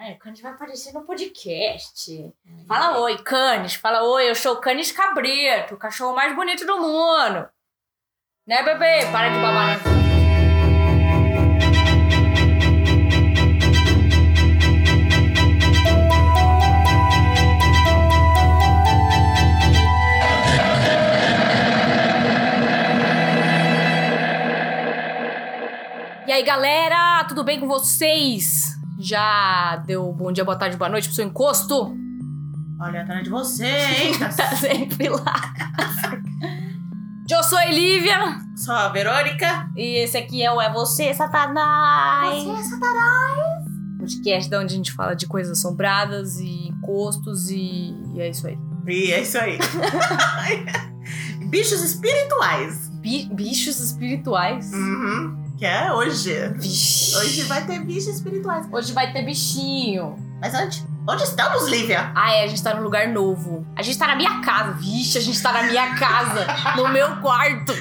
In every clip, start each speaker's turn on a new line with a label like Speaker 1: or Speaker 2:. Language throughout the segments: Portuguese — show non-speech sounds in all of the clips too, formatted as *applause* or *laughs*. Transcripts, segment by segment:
Speaker 1: É, Canis vai aparecer no podcast. Fala oi, Canis. Fala oi, eu sou o Canis Cabrito, o cachorro mais bonito do mundo. Né, bebê? Para de babar né? nas E aí, galera, tudo bem com vocês? Já deu bom dia, boa tarde, boa noite pro seu encosto? *laughs*
Speaker 2: Olha atrás de você, hein?
Speaker 1: Tá *laughs* sempre lá. Eu sou a Elívia
Speaker 2: Só a Verônica.
Speaker 1: e esse aqui é o É Você, Satanás. Podcast onde a gente fala de coisas assombradas e encostos e, e é isso aí.
Speaker 2: E é isso
Speaker 1: *laughs*
Speaker 2: aí. Bichos espirituais.
Speaker 1: Bi- bichos espirituais.
Speaker 2: Uhum. Que é hoje.
Speaker 1: Vixe.
Speaker 2: Hoje vai ter bichos espirituais.
Speaker 1: Hoje vai ter bichinho.
Speaker 2: Mas onde? Onde estamos, Lívia?
Speaker 1: Ah, é, a gente tá num lugar novo. A gente tá na minha casa. Vixe, a gente tá na minha casa. no meu
Speaker 2: *laughs*
Speaker 1: quarto.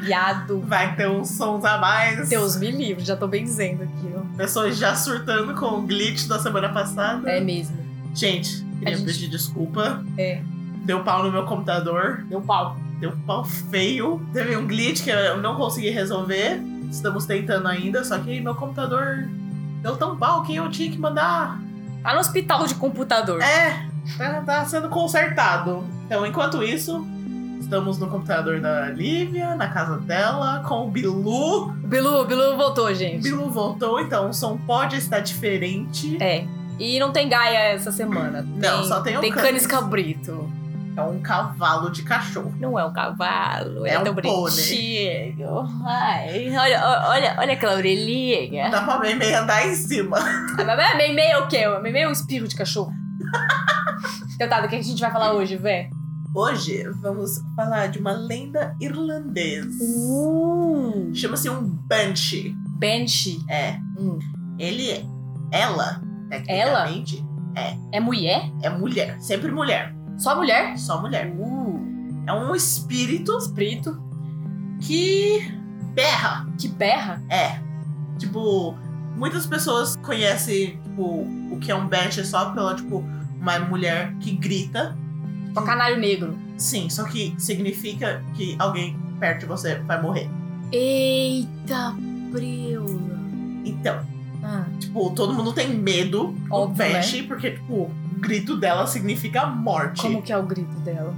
Speaker 1: Viado.
Speaker 2: Vai ter uns sons a mais.
Speaker 1: Deus me livre, já tô bem dizendo aqui, ó.
Speaker 2: Pessoas já surtando com o glitch da semana passada.
Speaker 1: É mesmo.
Speaker 2: Gente,
Speaker 1: A
Speaker 2: queria
Speaker 1: gente-
Speaker 2: pedir desculpa.
Speaker 1: É.
Speaker 2: Deu pau no meu computador.
Speaker 1: Deu pau.
Speaker 2: Deu um pau feio. Teve um glitch que eu não consegui resolver. Estamos tentando ainda, só que meu computador deu tão pau que eu tinha que mandar
Speaker 1: Tá no hospital de computador.
Speaker 2: É, tá, tá sendo consertado. Então, enquanto isso, estamos no computador da Lívia, na casa dela, com o Bilu.
Speaker 1: Bilu, Bilu voltou,
Speaker 2: O
Speaker 1: gente.
Speaker 2: Bilu voltou, então o som pode estar diferente.
Speaker 1: É. E não tem Gaia essa semana.
Speaker 2: Não, só tem o
Speaker 1: Tem
Speaker 2: Canis.
Speaker 1: Canis Cabrito.
Speaker 2: É um cavalo de cachorro.
Speaker 1: Não é um cavalo, é,
Speaker 2: É um
Speaker 1: tão
Speaker 2: pônei.
Speaker 1: bonitinho. Ai, olha, olha, olha aquela orelhinha.
Speaker 2: Dá pra ver meio andar em cima.
Speaker 1: Ah, mas Meimei é o quê? Meimei é um espirro de *laughs* cachorro. então tá, do que a gente vai falar hoje, véi?
Speaker 2: Hoje vamos falar de uma lenda irlandesa.
Speaker 1: Uh,
Speaker 2: Chama-se um Banshee.
Speaker 1: Banshee.
Speaker 2: É.
Speaker 1: Hum.
Speaker 2: Ele. Ela, tecnicamente,
Speaker 1: É mulher?
Speaker 2: é mulher. Sempre mulher.
Speaker 1: Só mulher?
Speaker 2: Só mulher.
Speaker 1: Uh,
Speaker 2: É um espírito
Speaker 1: espírito.
Speaker 2: que berra.
Speaker 1: Que berra?
Speaker 2: É. Tipo, muitas pessoas conhecem, tipo, o que é um Banshee só pela, tipo, uma mulher que grita.
Speaker 1: Só canário negro.
Speaker 2: Sim, só que significa que alguém perto de você vai morrer.
Speaker 1: Eita, preula.
Speaker 2: Então,
Speaker 1: Ah,
Speaker 2: tipo, todo mundo tem medo do
Speaker 1: Óbvio, né?
Speaker 2: Banshee, porque, tipo, o grito dela significa morte.
Speaker 1: como que é o grito dela?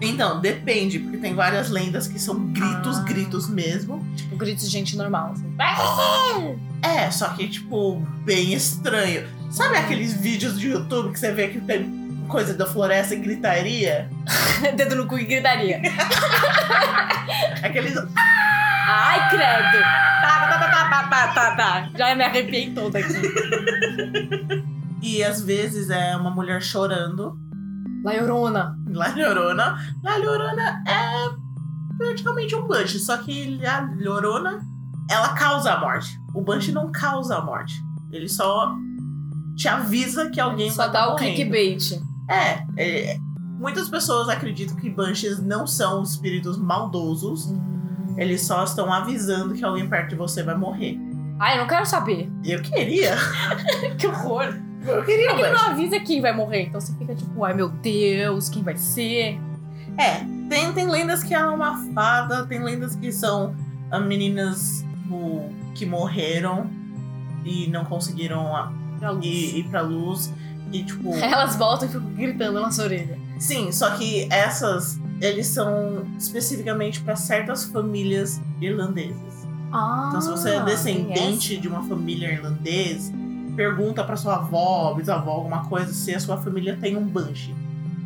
Speaker 2: Então, depende, porque tem várias lendas que são gritos,
Speaker 1: Ah.
Speaker 2: gritos mesmo.
Speaker 1: Tipo, grito de gente normal. *laughs* Assim.
Speaker 2: É, só que, tipo, bem estranho. Sabe aqueles vídeos de YouTube que você vê que tem coisa da floresta e gritaria?
Speaker 1: Dedo no cu e gritaria.
Speaker 2: Aqueles
Speaker 1: Ai, credo. Tá, tá, tá, tá, tá, tá, tá, tá. Já me arrepiei toda aqui.
Speaker 2: E às vezes é uma mulher chorando.
Speaker 1: Laiorona.
Speaker 2: La Llorona. La Llorona é praticamente um Banshee, só que a Llorona, ela causa a morte. O Banshee não causa a morte. Ele só te avisa que alguém
Speaker 1: Só
Speaker 2: vai
Speaker 1: dá
Speaker 2: tá
Speaker 1: o
Speaker 2: morrendo.
Speaker 1: clickbait.
Speaker 2: É, é. Muitas pessoas acreditam que Banshees não são espíritos maldosos. Eles só estão avisando que alguém perto de você vai morrer.
Speaker 1: Ai, eu não quero saber.
Speaker 2: Eu queria.
Speaker 1: Que horror.
Speaker 2: Eu queria um
Speaker 1: Ele
Speaker 2: Banshee.
Speaker 1: não avisa quem vai morrer. Então você fica tipo, ai meu Deus, quem vai ser?
Speaker 2: É, tem, tem lendas que ela é uma fada, tem lendas que são ah, meninas tipo, que morreram e não conseguiram ah,
Speaker 1: Pra luz.
Speaker 2: ir, ir pra luz. E tipo.
Speaker 1: Elas voltam e ficam gritando na sua orelha.
Speaker 2: sim, só que essas eles são especificamente pra certas famílias irlandesas.
Speaker 1: Ah,
Speaker 2: Então, se você é descendente de uma família irlandesa, pergunta pra sua avó, bisavó, alguma coisa, se a sua família tem um banshee.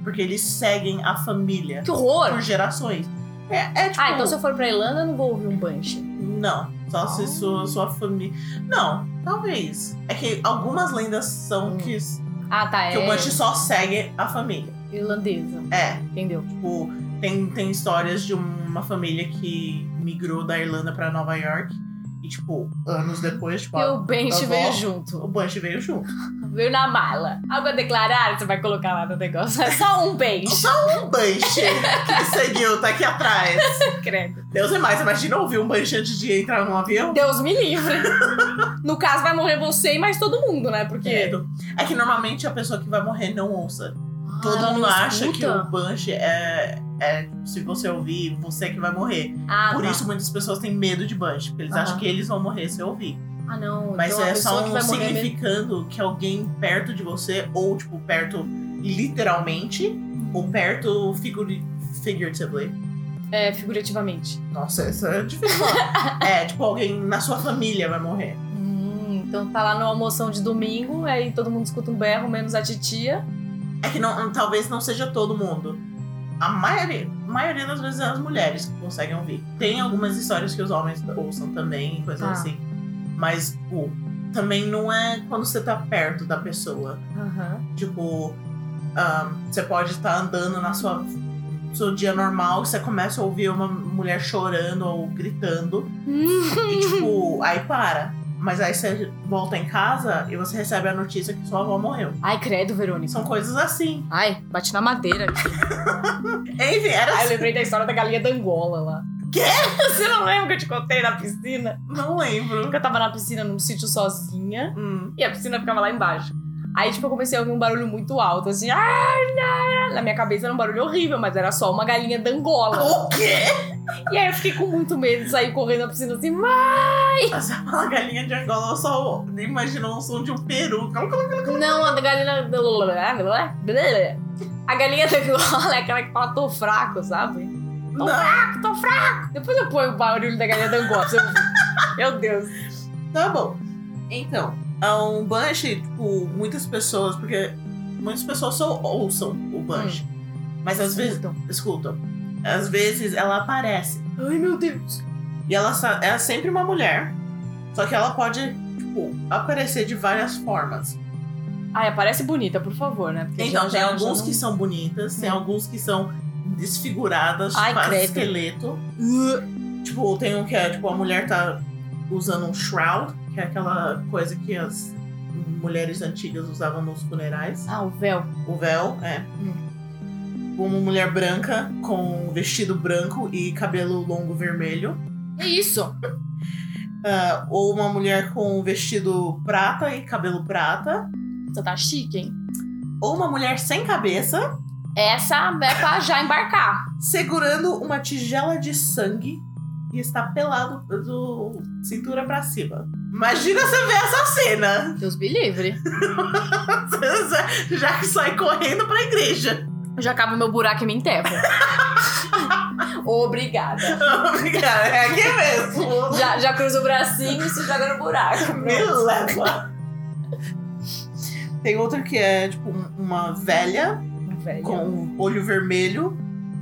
Speaker 2: Porque eles seguem a família
Speaker 1: Que horror.
Speaker 2: por gerações. É, é tipo.
Speaker 1: Ah, então se eu for pra Irlanda, eu não vou ouvir um Banshee.
Speaker 2: Não. Só se
Speaker 1: Ah.
Speaker 2: sua, sua família. Não, talvez. É que algumas lendas são
Speaker 1: Hum.
Speaker 2: que,
Speaker 1: Ah, tá.
Speaker 2: que
Speaker 1: é
Speaker 2: o Banshee só segue a família.
Speaker 1: irlandesa.
Speaker 2: É,
Speaker 1: Entendeu?
Speaker 2: tipo, tem, tem histórias de uma família que migrou da Irlanda pra Nova York. E, tipo, anos depois, tipo,
Speaker 1: E
Speaker 2: a-
Speaker 1: o Banshee
Speaker 2: avó.
Speaker 1: veio junto.
Speaker 2: o Banshee veio junto.
Speaker 1: veio na mala. Algo a declarar, você vai colocar lá no negócio. É só um beijo.
Speaker 2: Só um banche que seguiu, tá aqui atrás.
Speaker 1: *laughs* Credo.
Speaker 2: Deus é mais, imagina ouvir um banche antes de entrar num avião.
Speaker 1: Deus me livre. No caso, vai morrer você e mais todo mundo, né? Porque.
Speaker 2: Credo. É que normalmente a pessoa que vai morrer não ouça.
Speaker 1: Ah,
Speaker 2: Todo
Speaker 1: ela
Speaker 2: mundo
Speaker 1: não
Speaker 2: acha
Speaker 1: escuta?
Speaker 2: que o banche é, é. Se você ouvir, você que vai morrer.
Speaker 1: Ah,
Speaker 2: Por
Speaker 1: tá.
Speaker 2: isso muitas pessoas têm medo de banche, porque eles
Speaker 1: Aham.
Speaker 2: acham que eles vão morrer se eu ouvir.
Speaker 1: Ah, não.
Speaker 2: Mas
Speaker 1: então, a
Speaker 2: é
Speaker 1: pessoa
Speaker 2: só
Speaker 1: que
Speaker 2: um
Speaker 1: vai morrer mesmo.
Speaker 2: significando que alguém perto de você, ou tipo, perto literalmente, ou perto figuri- figuratively.
Speaker 1: É, figurativamente.
Speaker 2: Nossa, isso é difícil falar. é, tipo, alguém na sua família vai morrer.
Speaker 1: Hum, então tá lá no almoção de domingo, aí todo mundo escuta um berro, menos a titia.
Speaker 2: É que não, talvez não seja todo mundo. A maioria, maioria das vezes é as mulheres que conseguem ouvir. Tem algumas histórias que os homens ouçam também, e coisas
Speaker 1: Tá.
Speaker 2: assim. Mas, pô, também não é quando você tá perto da pessoa.
Speaker 1: Aham.
Speaker 2: Tipo, ahn, você pode estar andando na sua seu dia normal, você começa a ouvir uma mulher chorando ou gritando. E tipo, aí para. Mas aí você volta em casa e você recebe a notícia que sua avó morreu.
Speaker 1: Ai, credo, Verônica.
Speaker 2: São coisas assim.
Speaker 1: Ai, bati na
Speaker 2: *laughs*
Speaker 1: madeira.
Speaker 2: Enfim, era assim,
Speaker 1: Ai, eu lembrei da história da galinha da Angola lá.
Speaker 2: Quê?
Speaker 1: *laughs* Você não lembra que eu te contei na piscina?
Speaker 2: Não lembro.
Speaker 1: Porque eu tava na piscina num sítio sozinha
Speaker 2: Hum.
Speaker 1: e a piscina ficava lá embaixo. Aí, tipo, eu comecei a ouvir um barulho muito alto, assim. "Ah, ah", Na minha cabeça era um barulho horrível, mas era só uma galinha da Angola.
Speaker 2: O quê?
Speaker 1: E aí eu fiquei com muito medo de sair correndo na piscina assim, "Mãe,
Speaker 2: Você fala é galinha de Angola, eu só imaginou o som de um peru.
Speaker 1: Não, a galinha. A galinha da Angola é aquela que fala tô fraco, sabe? Tô
Speaker 2: Não. Ah,
Speaker 1: fraco, tô fraco. Depois eu ponho o barulho da galinha da Angola pra você ouvir. Meu Deus.
Speaker 2: Tá bom. Então, é um Bunch, tipo, muitas pessoas, porque muitas pessoas só ouçam o Bunch.
Speaker 1: Hum.
Speaker 2: Mas às vezes, escutam, às vezes ela aparece.
Speaker 1: Ai, meu Deus.
Speaker 2: E ela sa- é sempre uma mulher. Só que ela pode, tipo, aparecer de várias formas.
Speaker 1: Ai, aparece bonita, por favor, né? Porque
Speaker 2: Então,
Speaker 1: já-
Speaker 2: tem
Speaker 1: já-
Speaker 2: alguns
Speaker 1: já
Speaker 2: que são bonitas, tem
Speaker 1: Hum.
Speaker 2: alguns que são desfiguradas,
Speaker 1: Ai,
Speaker 2: quase
Speaker 1: credo.
Speaker 2: esqueleto.
Speaker 1: não-
Speaker 2: Tipo, tem um que é, tipo, a mulher tá usando um shroud, que é aquela coisa que as mulheres antigas usavam nos funerais.
Speaker 1: Ah, o véu.
Speaker 2: O véu, é.
Speaker 1: Hum.
Speaker 2: Uma mulher branca com um vestido branco e cabelo longo vermelho.
Speaker 1: É isso.
Speaker 2: Ah, ou uma mulher com um vestido prata e cabelo prata.
Speaker 1: Você tá chique, hein?
Speaker 2: Ou uma mulher sem cabeça,
Speaker 1: Essa é pra já embarcar.
Speaker 2: segurando uma tigela de sangue e está pelado do cintura pra cima. Imagina você ver essa cena! *laughs*
Speaker 1: Deus me livre.
Speaker 2: Já que sai correndo pra igreja. *laughs*
Speaker 1: Eu já acabo meu buraco e me enterro. Obrigada.
Speaker 2: Obrigada, é aqui mesmo.
Speaker 1: Já, já cruza o bracinho e se joga no buraco.
Speaker 2: Me leva. Tem outro que é, tipo, um- uma velha
Speaker 1: Velho.
Speaker 2: com um olho vermelho,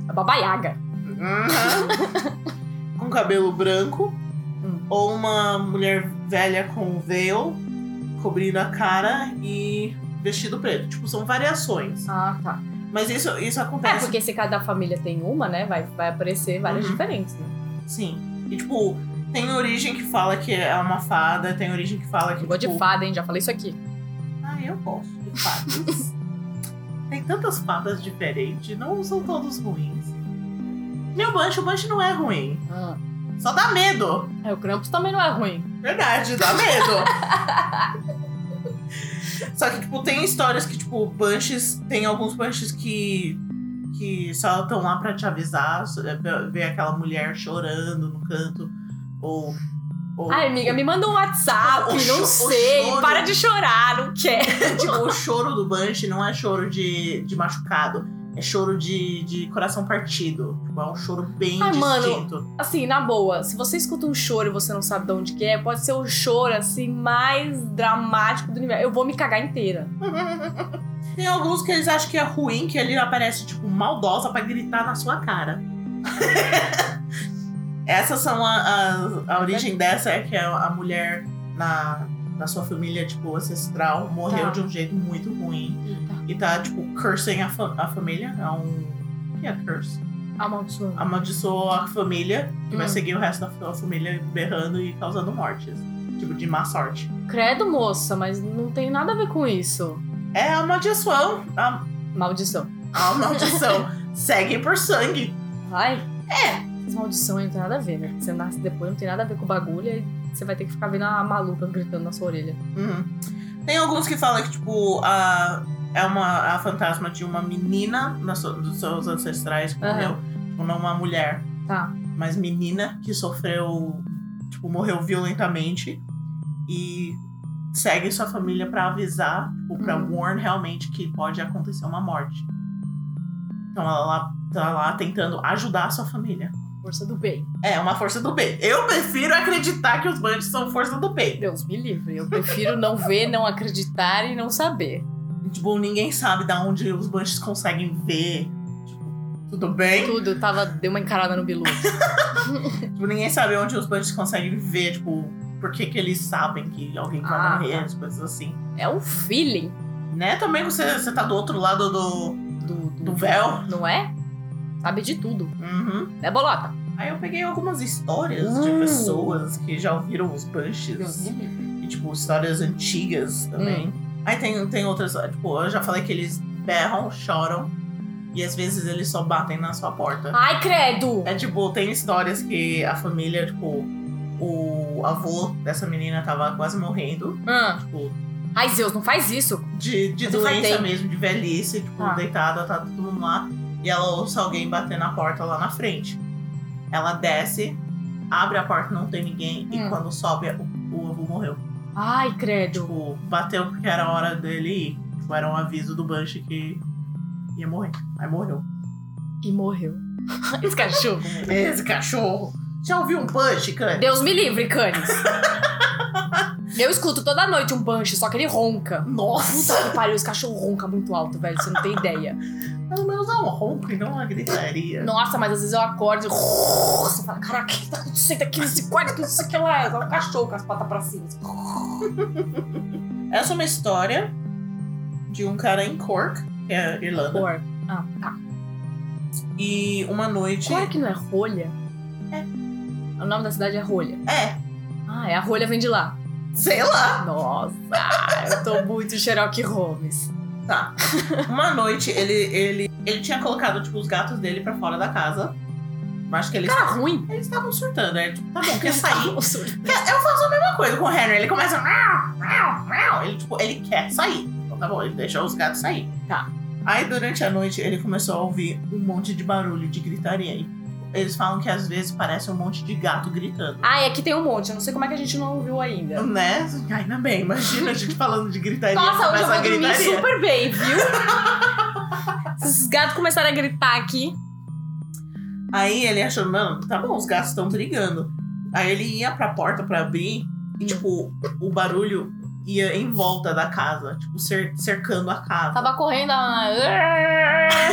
Speaker 1: A babaiaga.
Speaker 2: com Um cabelo branco,
Speaker 1: Hum.
Speaker 2: ou uma mulher velha com véu cobrindo a cara e vestido preto. Tipo, são variações.
Speaker 1: Ah, tá.
Speaker 2: Mas isso, isso
Speaker 1: É,
Speaker 2: acontece
Speaker 1: porque se cada família tem uma, né? Vai, vai aparecer várias
Speaker 2: Uhum.
Speaker 1: diferentes, né?
Speaker 2: Sim. E, tipo, tem origem que fala que é uma fada, tem origem que fala que.
Speaker 1: Eu gosto de
Speaker 2: tipo,
Speaker 1: fada, hein? Já falei isso aqui.
Speaker 2: Ah, eu gosto de fadas.
Speaker 1: *laughs*
Speaker 2: tem tantas fadas diferentes, não são todos ruins. Meu bancho, o bancho não é ruim.
Speaker 1: Ah.
Speaker 2: Só dá medo.
Speaker 1: É, o Krampus também não é ruim.
Speaker 2: Verdade, dá medo. Só que, tipo, tem histórias que, tipo, bunches. Tem alguns bunches que. que só estão lá pra te avisar, só- é pra ver aquela mulher chorando no canto. Ou. ou-
Speaker 1: Ai, amiga, me manda um WhatsApp,
Speaker 2: O cho-
Speaker 1: não
Speaker 2: o
Speaker 1: sei.
Speaker 2: choro.
Speaker 1: Para de chorar, não quer.
Speaker 2: Tipo, o choro do Banshee não é choro de, de machucado. É choro de, de coração partido. Tipo, é um choro bem
Speaker 1: Ah, mano.
Speaker 2: distinto.
Speaker 1: Assim, na boa, se você escuta um choro e você não sabe de onde que é, pode ser o choro, assim, mais dramático do universo. Eu vou me cagar inteira.
Speaker 2: Tem alguns que eles acham que é ruim, que ele aparece, tipo, maldosa pra gritar na sua cara. *laughs* Essas são a, a, a origem dessa, é que a mulher na, na sua família, tipo, ancestral, morreu
Speaker 1: Tá.
Speaker 2: de um jeito muito ruim. E tá, tipo, cursing a, fa- a família. É um. O que é curse?
Speaker 1: Amaldiçoando.
Speaker 2: amaldiçoou a família, que vai
Speaker 1: Hum.
Speaker 2: seguir o resto da sua família berrando e causando mortes. Tipo, de má sorte.
Speaker 1: Credo, moça, mas não tem nada a ver com isso.
Speaker 2: É a maldição. A,
Speaker 1: Maldição.
Speaker 2: a
Speaker 1: *laughs*
Speaker 2: maldição. Segue por sangue.
Speaker 1: Vai? É. Essas maldições não tem nada a ver, né? Você nasce depois, não tem nada a ver com o bagulho, aí você vai ter que ficar vendo a maluca gritando na sua orelha.
Speaker 2: Uhum. Tem alguns que falam que, tipo, a, é uma, a fantasma de uma menina nas su- dos seus ancestrais que
Speaker 1: Aham.
Speaker 2: morreu. Tipo, não uma mulher,
Speaker 1: Tá.
Speaker 2: mas menina que sofreu, tipo, morreu violentamente e segue sua família pra avisar, ou pra
Speaker 1: Uhum.
Speaker 2: warn realmente que pode acontecer uma morte. Então ela lá, tá lá tentando ajudar a sua família.
Speaker 1: Força do bem.
Speaker 2: É, uma força do bem. Eu prefiro acreditar que os bandidos são força do bem.
Speaker 1: Deus me livre. Eu prefiro não ver, não acreditar e não saber.
Speaker 2: Tipo, ninguém sabe da onde os Banshees conseguem ver. Tipo, tudo bem?
Speaker 1: Tudo, eu tava, deu uma encarada no Bilu.
Speaker 2: Tipo, ninguém sabe onde os Banshees conseguem ver, tipo, por que que eles sabem que alguém vai
Speaker 1: Ah,
Speaker 2: morrer,
Speaker 1: tá.
Speaker 2: as coisas assim.
Speaker 1: É um feeling
Speaker 2: Né? Também você, você tá do outro lado do,
Speaker 1: do, do,
Speaker 2: do véu.
Speaker 1: Não é? Sabe de tudo,
Speaker 2: Uhum.
Speaker 1: né, Bolota?
Speaker 2: Aí eu peguei algumas histórias de
Speaker 1: Hum.
Speaker 2: pessoas que já ouviram os
Speaker 1: Deus
Speaker 2: Banshees.
Speaker 1: me livre.
Speaker 2: E, tipo, histórias
Speaker 1: Hum.
Speaker 2: antigas também. Aí tem, tem outras, tipo, eu já falei que eles berram, choram. E às vezes eles só batem na sua porta.
Speaker 1: Ai, credo!
Speaker 2: É tipo, tem histórias que a família, tipo, o avô dessa menina tava quase morrendo,
Speaker 1: Hum.
Speaker 2: tipo,
Speaker 1: Ai, Zeus, não faz isso.
Speaker 2: de, de
Speaker 1: Eu tô
Speaker 2: doença
Speaker 1: fartei.
Speaker 2: mesmo, de velhice, tipo,
Speaker 1: Tipo, Ah.
Speaker 2: deitada, tá todo mundo lá, e ela ouça alguém bater na porta lá na frente. Ela desce, abre a porta, não tem ninguém, e
Speaker 1: Hum.
Speaker 2: quando sobe, o, o avô morreu.
Speaker 1: Ai, credo.
Speaker 2: Tipo, bateu porque era a hora dele ir. Tipo, era um aviso do Banshee que ia morrer. Aí morreu.
Speaker 1: E morreu. *laughs* Esse é cachorro. morreu.
Speaker 2: Esse cachorro! Já ouviu um Banshee, cara?
Speaker 1: Deus me livre, Canis. Eu escuto toda noite um banjo, só que ele ronca.
Speaker 2: Nossa!
Speaker 1: Puta que pariu, esse cachorro ronca muito alto, velho. Você não tem ideia.
Speaker 2: Pelo menos é um ronco e não uma gritaria.
Speaker 1: Nossa, mas às vezes eu acordo e. Você fala, caraca, o que tá acontecendo aqui nesse quarto? Não sei o que lá. É só um cachorro com as patas pra cima.
Speaker 2: Essa é uma história de um cara em Cork, que é Irlanda.
Speaker 1: Cor. Ah, tá.
Speaker 2: E uma noite.
Speaker 1: Cor que não é rolha?
Speaker 2: É.
Speaker 1: O nome da cidade é Rolha.
Speaker 2: É,
Speaker 1: Ah, é a Rolha vem de lá.
Speaker 2: sei lá.
Speaker 1: Nossa, eu tô muito Sherlock Holmes.
Speaker 2: *laughs* Tá. Uma noite ele, ele, ele tinha colocado tipo, os gatos dele pra fora da casa. Acho que eles.
Speaker 1: Cara ruim.
Speaker 2: Eles estavam surtando. Aí, tipo, *laughs* tá bom, quer sair?
Speaker 1: Nossa,
Speaker 2: Quer- Tá Eu faço a mesma coisa com o Henry. Ele começa. "Miau, miau, miau". Ele, tipo, ele quer sair. Então tá bom, ele deixou os gatos sair.
Speaker 1: Tá.
Speaker 2: Aí durante a noite ele começou a ouvir um monte de barulho de gritaria. E, tipo, Eles falam que às vezes parece um monte de gato gritando.
Speaker 1: Ah, e aqui tem um monte. Eu não sei como é que a gente não ouviu ainda.
Speaker 2: Né? Ainda bem, imagina a gente falando de gritaria.
Speaker 1: Nossa, hoje eu
Speaker 2: começa a
Speaker 1: vou dormir
Speaker 2: gritaria.
Speaker 1: super bem, viu? Esses gatos começaram a gritar aqui.
Speaker 2: Aí ele achou, não, tá bom, os gatos estão brigando. Aí ele ia pra porta pra abrir e, tipo, o barulho ia em volta da casa, tipo, cer- cercando a casa.
Speaker 1: Tava correndo. ah,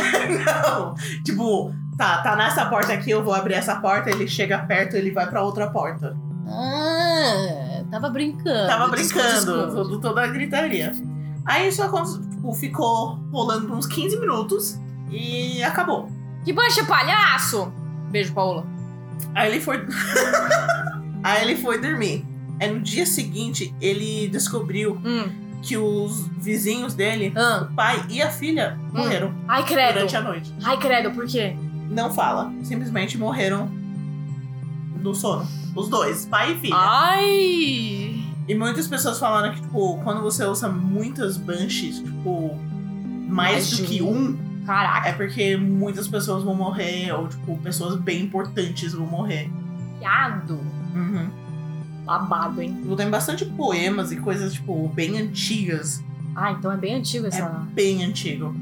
Speaker 2: Não, tipo, tá, tá nessa porta aqui, eu vou abrir essa porta, ele chega perto, ele vai pra outra porta.
Speaker 1: ah, tava brincando.
Speaker 2: Tava
Speaker 1: Esconde,
Speaker 2: brincando,
Speaker 1: esconde.
Speaker 2: todo- toda a gritaria. Aí isso aconte- tipo, ficou rolando por uns 15 minutos e acabou.
Speaker 1: Que bancha palhaço! Beijo, Paola.
Speaker 2: Aí ele foi. *laughs* Aí ele foi dormir. Aí no dia seguinte ele descobriu
Speaker 1: Hum.
Speaker 2: que os vizinhos dele,
Speaker 1: ah.
Speaker 2: o pai e a filha, morreram
Speaker 1: Ai, Hum, credo.
Speaker 2: Hum. durante a noite.
Speaker 1: Ai, credo, por quê?
Speaker 2: Não fala. Simplesmente morreram do sono. Os dois, pai e filha.
Speaker 1: Ai!
Speaker 2: E muitas pessoas falaram que, tipo, quando você usa muitas banshees, tipo, mais
Speaker 1: Mais
Speaker 2: do
Speaker 1: de
Speaker 2: que
Speaker 1: um.
Speaker 2: um,
Speaker 1: Caraca,
Speaker 2: é porque muitas pessoas vão morrer, ou, tipo, pessoas bem importantes vão morrer.
Speaker 1: piado.
Speaker 2: Uhum.
Speaker 1: Babado, hein?
Speaker 2: Tipo, Tem bastante poemas e coisas, tipo, bem antigas.
Speaker 1: Ah, então é bem antigo essa.
Speaker 2: Bem antigo.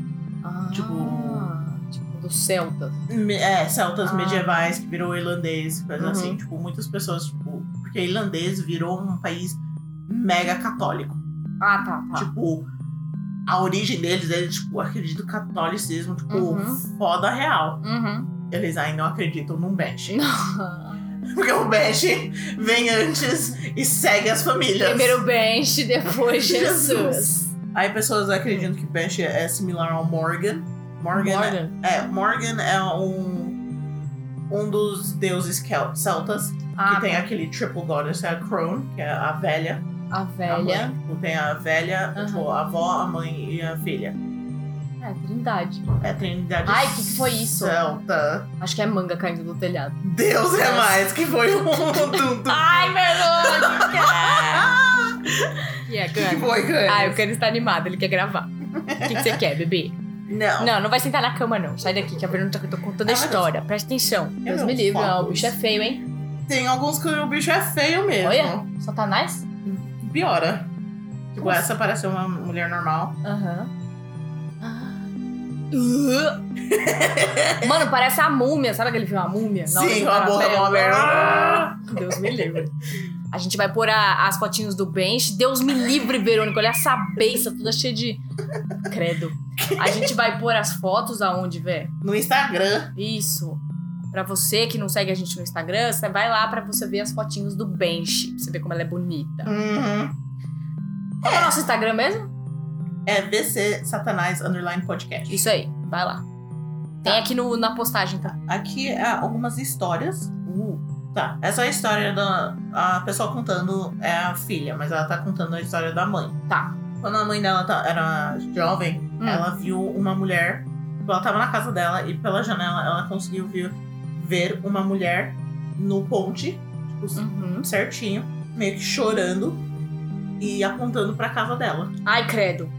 Speaker 1: Ah,
Speaker 2: Tipo-
Speaker 1: Tipo, do Celta.
Speaker 2: Me- É, celtas
Speaker 1: Ah.
Speaker 2: medievais que virou irlandês, coisas
Speaker 1: Uhum.
Speaker 2: assim. Tipo, muitas pessoas, tipo... Porque irlandês virou um país mega católico.
Speaker 1: Ah, tá, tá.
Speaker 2: Tipo, a origem deles é, tipo, acredito catolicismo, tipo,
Speaker 1: Uhum.
Speaker 2: foda real. *laughs*
Speaker 1: Uhum.
Speaker 2: Eles ainda não acreditam no Bash. *laughs* Porque o Bash vem antes e segue as famílias.
Speaker 1: Primeiro Bench,
Speaker 2: *laughs*
Speaker 1: depois Jesus.
Speaker 2: Aí pessoas acreditam que Bash é similar ao Morgan. Morgan,
Speaker 1: Morgan.
Speaker 2: É, Morgan é um, um dos deuses kel- celtas,
Speaker 1: Ah,
Speaker 2: que tem
Speaker 1: tá.
Speaker 2: aquele triple goddess, é a Crone, que é a velha.
Speaker 1: a
Speaker 2: A
Speaker 1: velha.
Speaker 2: mãe. Tipo, Tem a velha,
Speaker 1: Aham.
Speaker 2: tipo, a avó, a mãe e a filha.
Speaker 1: É, trindade.
Speaker 2: É a trindade
Speaker 1: Ai, que que foi isso?
Speaker 2: Celta.
Speaker 1: Acho que é manga caindo do telhado.
Speaker 2: Deus é mais, que foi um... dum, dum.
Speaker 1: *laughs* Ai, *laughs* meu Deus! E é,
Speaker 2: que que
Speaker 1: Cano?
Speaker 2: foi, cara?
Speaker 1: Ah, o Cano está animado, ele quer gravar. O que, que você quer, bebê?
Speaker 2: Não.
Speaker 1: Não, não vai sentar na cama, não. Sai daqui, que a Bruna tá eu tô contando a
Speaker 2: Ah, mas-
Speaker 1: história. Presta atenção. Deus
Speaker 2: não
Speaker 1: me livre, ó, o
Speaker 2: falo
Speaker 1: bicho é
Speaker 2: isso.
Speaker 1: feio, hein?
Speaker 2: Tem alguns que o bicho é feio mesmo.
Speaker 1: Olha, Satanás?
Speaker 2: Piora. Tipo,
Speaker 1: Nossa.
Speaker 2: essa parece uma mulher normal.
Speaker 1: Aham. Ah. *laughs* Mano, parece a múmia. Sabe aquele filme A Múmia? Na hora
Speaker 2: Sim,
Speaker 1: do
Speaker 2: uma
Speaker 1: parapé.
Speaker 2: boca uma merda.
Speaker 1: Ah, Deus me livre. A gente vai pôr a- as fotinhos do bench. Deus me livre, Verônica. Olha essa beça toda cheia de. Credo. A gente vai pôr as fotos aonde, véi?
Speaker 2: No Instagram.
Speaker 1: Isso. Pra você que não segue a gente no Instagram, você vai lá pra você ver as fotinhos do bench. Pra você ver como ela é bonita.
Speaker 2: Uhum.
Speaker 1: Qual é o nosso Instagram mesmo?
Speaker 2: É VC Satanás Underline Podcast.
Speaker 1: Isso aí. Vai lá.
Speaker 2: Tá.
Speaker 1: Tem aqui no, na postagem, tá?
Speaker 2: Aqui é algumas histórias. Uh, tá. Essa é a história da. A pessoa contando é a filha, mas ela tá contando a história da mãe.
Speaker 1: Tá.
Speaker 2: Quando a mãe dela tá- era jovem,
Speaker 1: Hum.
Speaker 2: ela viu uma mulher. Ela tava na casa dela e pela janela ela conseguiu ver, ver uma mulher no ponte, tipo,
Speaker 1: Uhum.
Speaker 2: certinho, meio que chorando e apontando pra casa dela.
Speaker 1: Ai,
Speaker 2: *laughs*
Speaker 1: credo.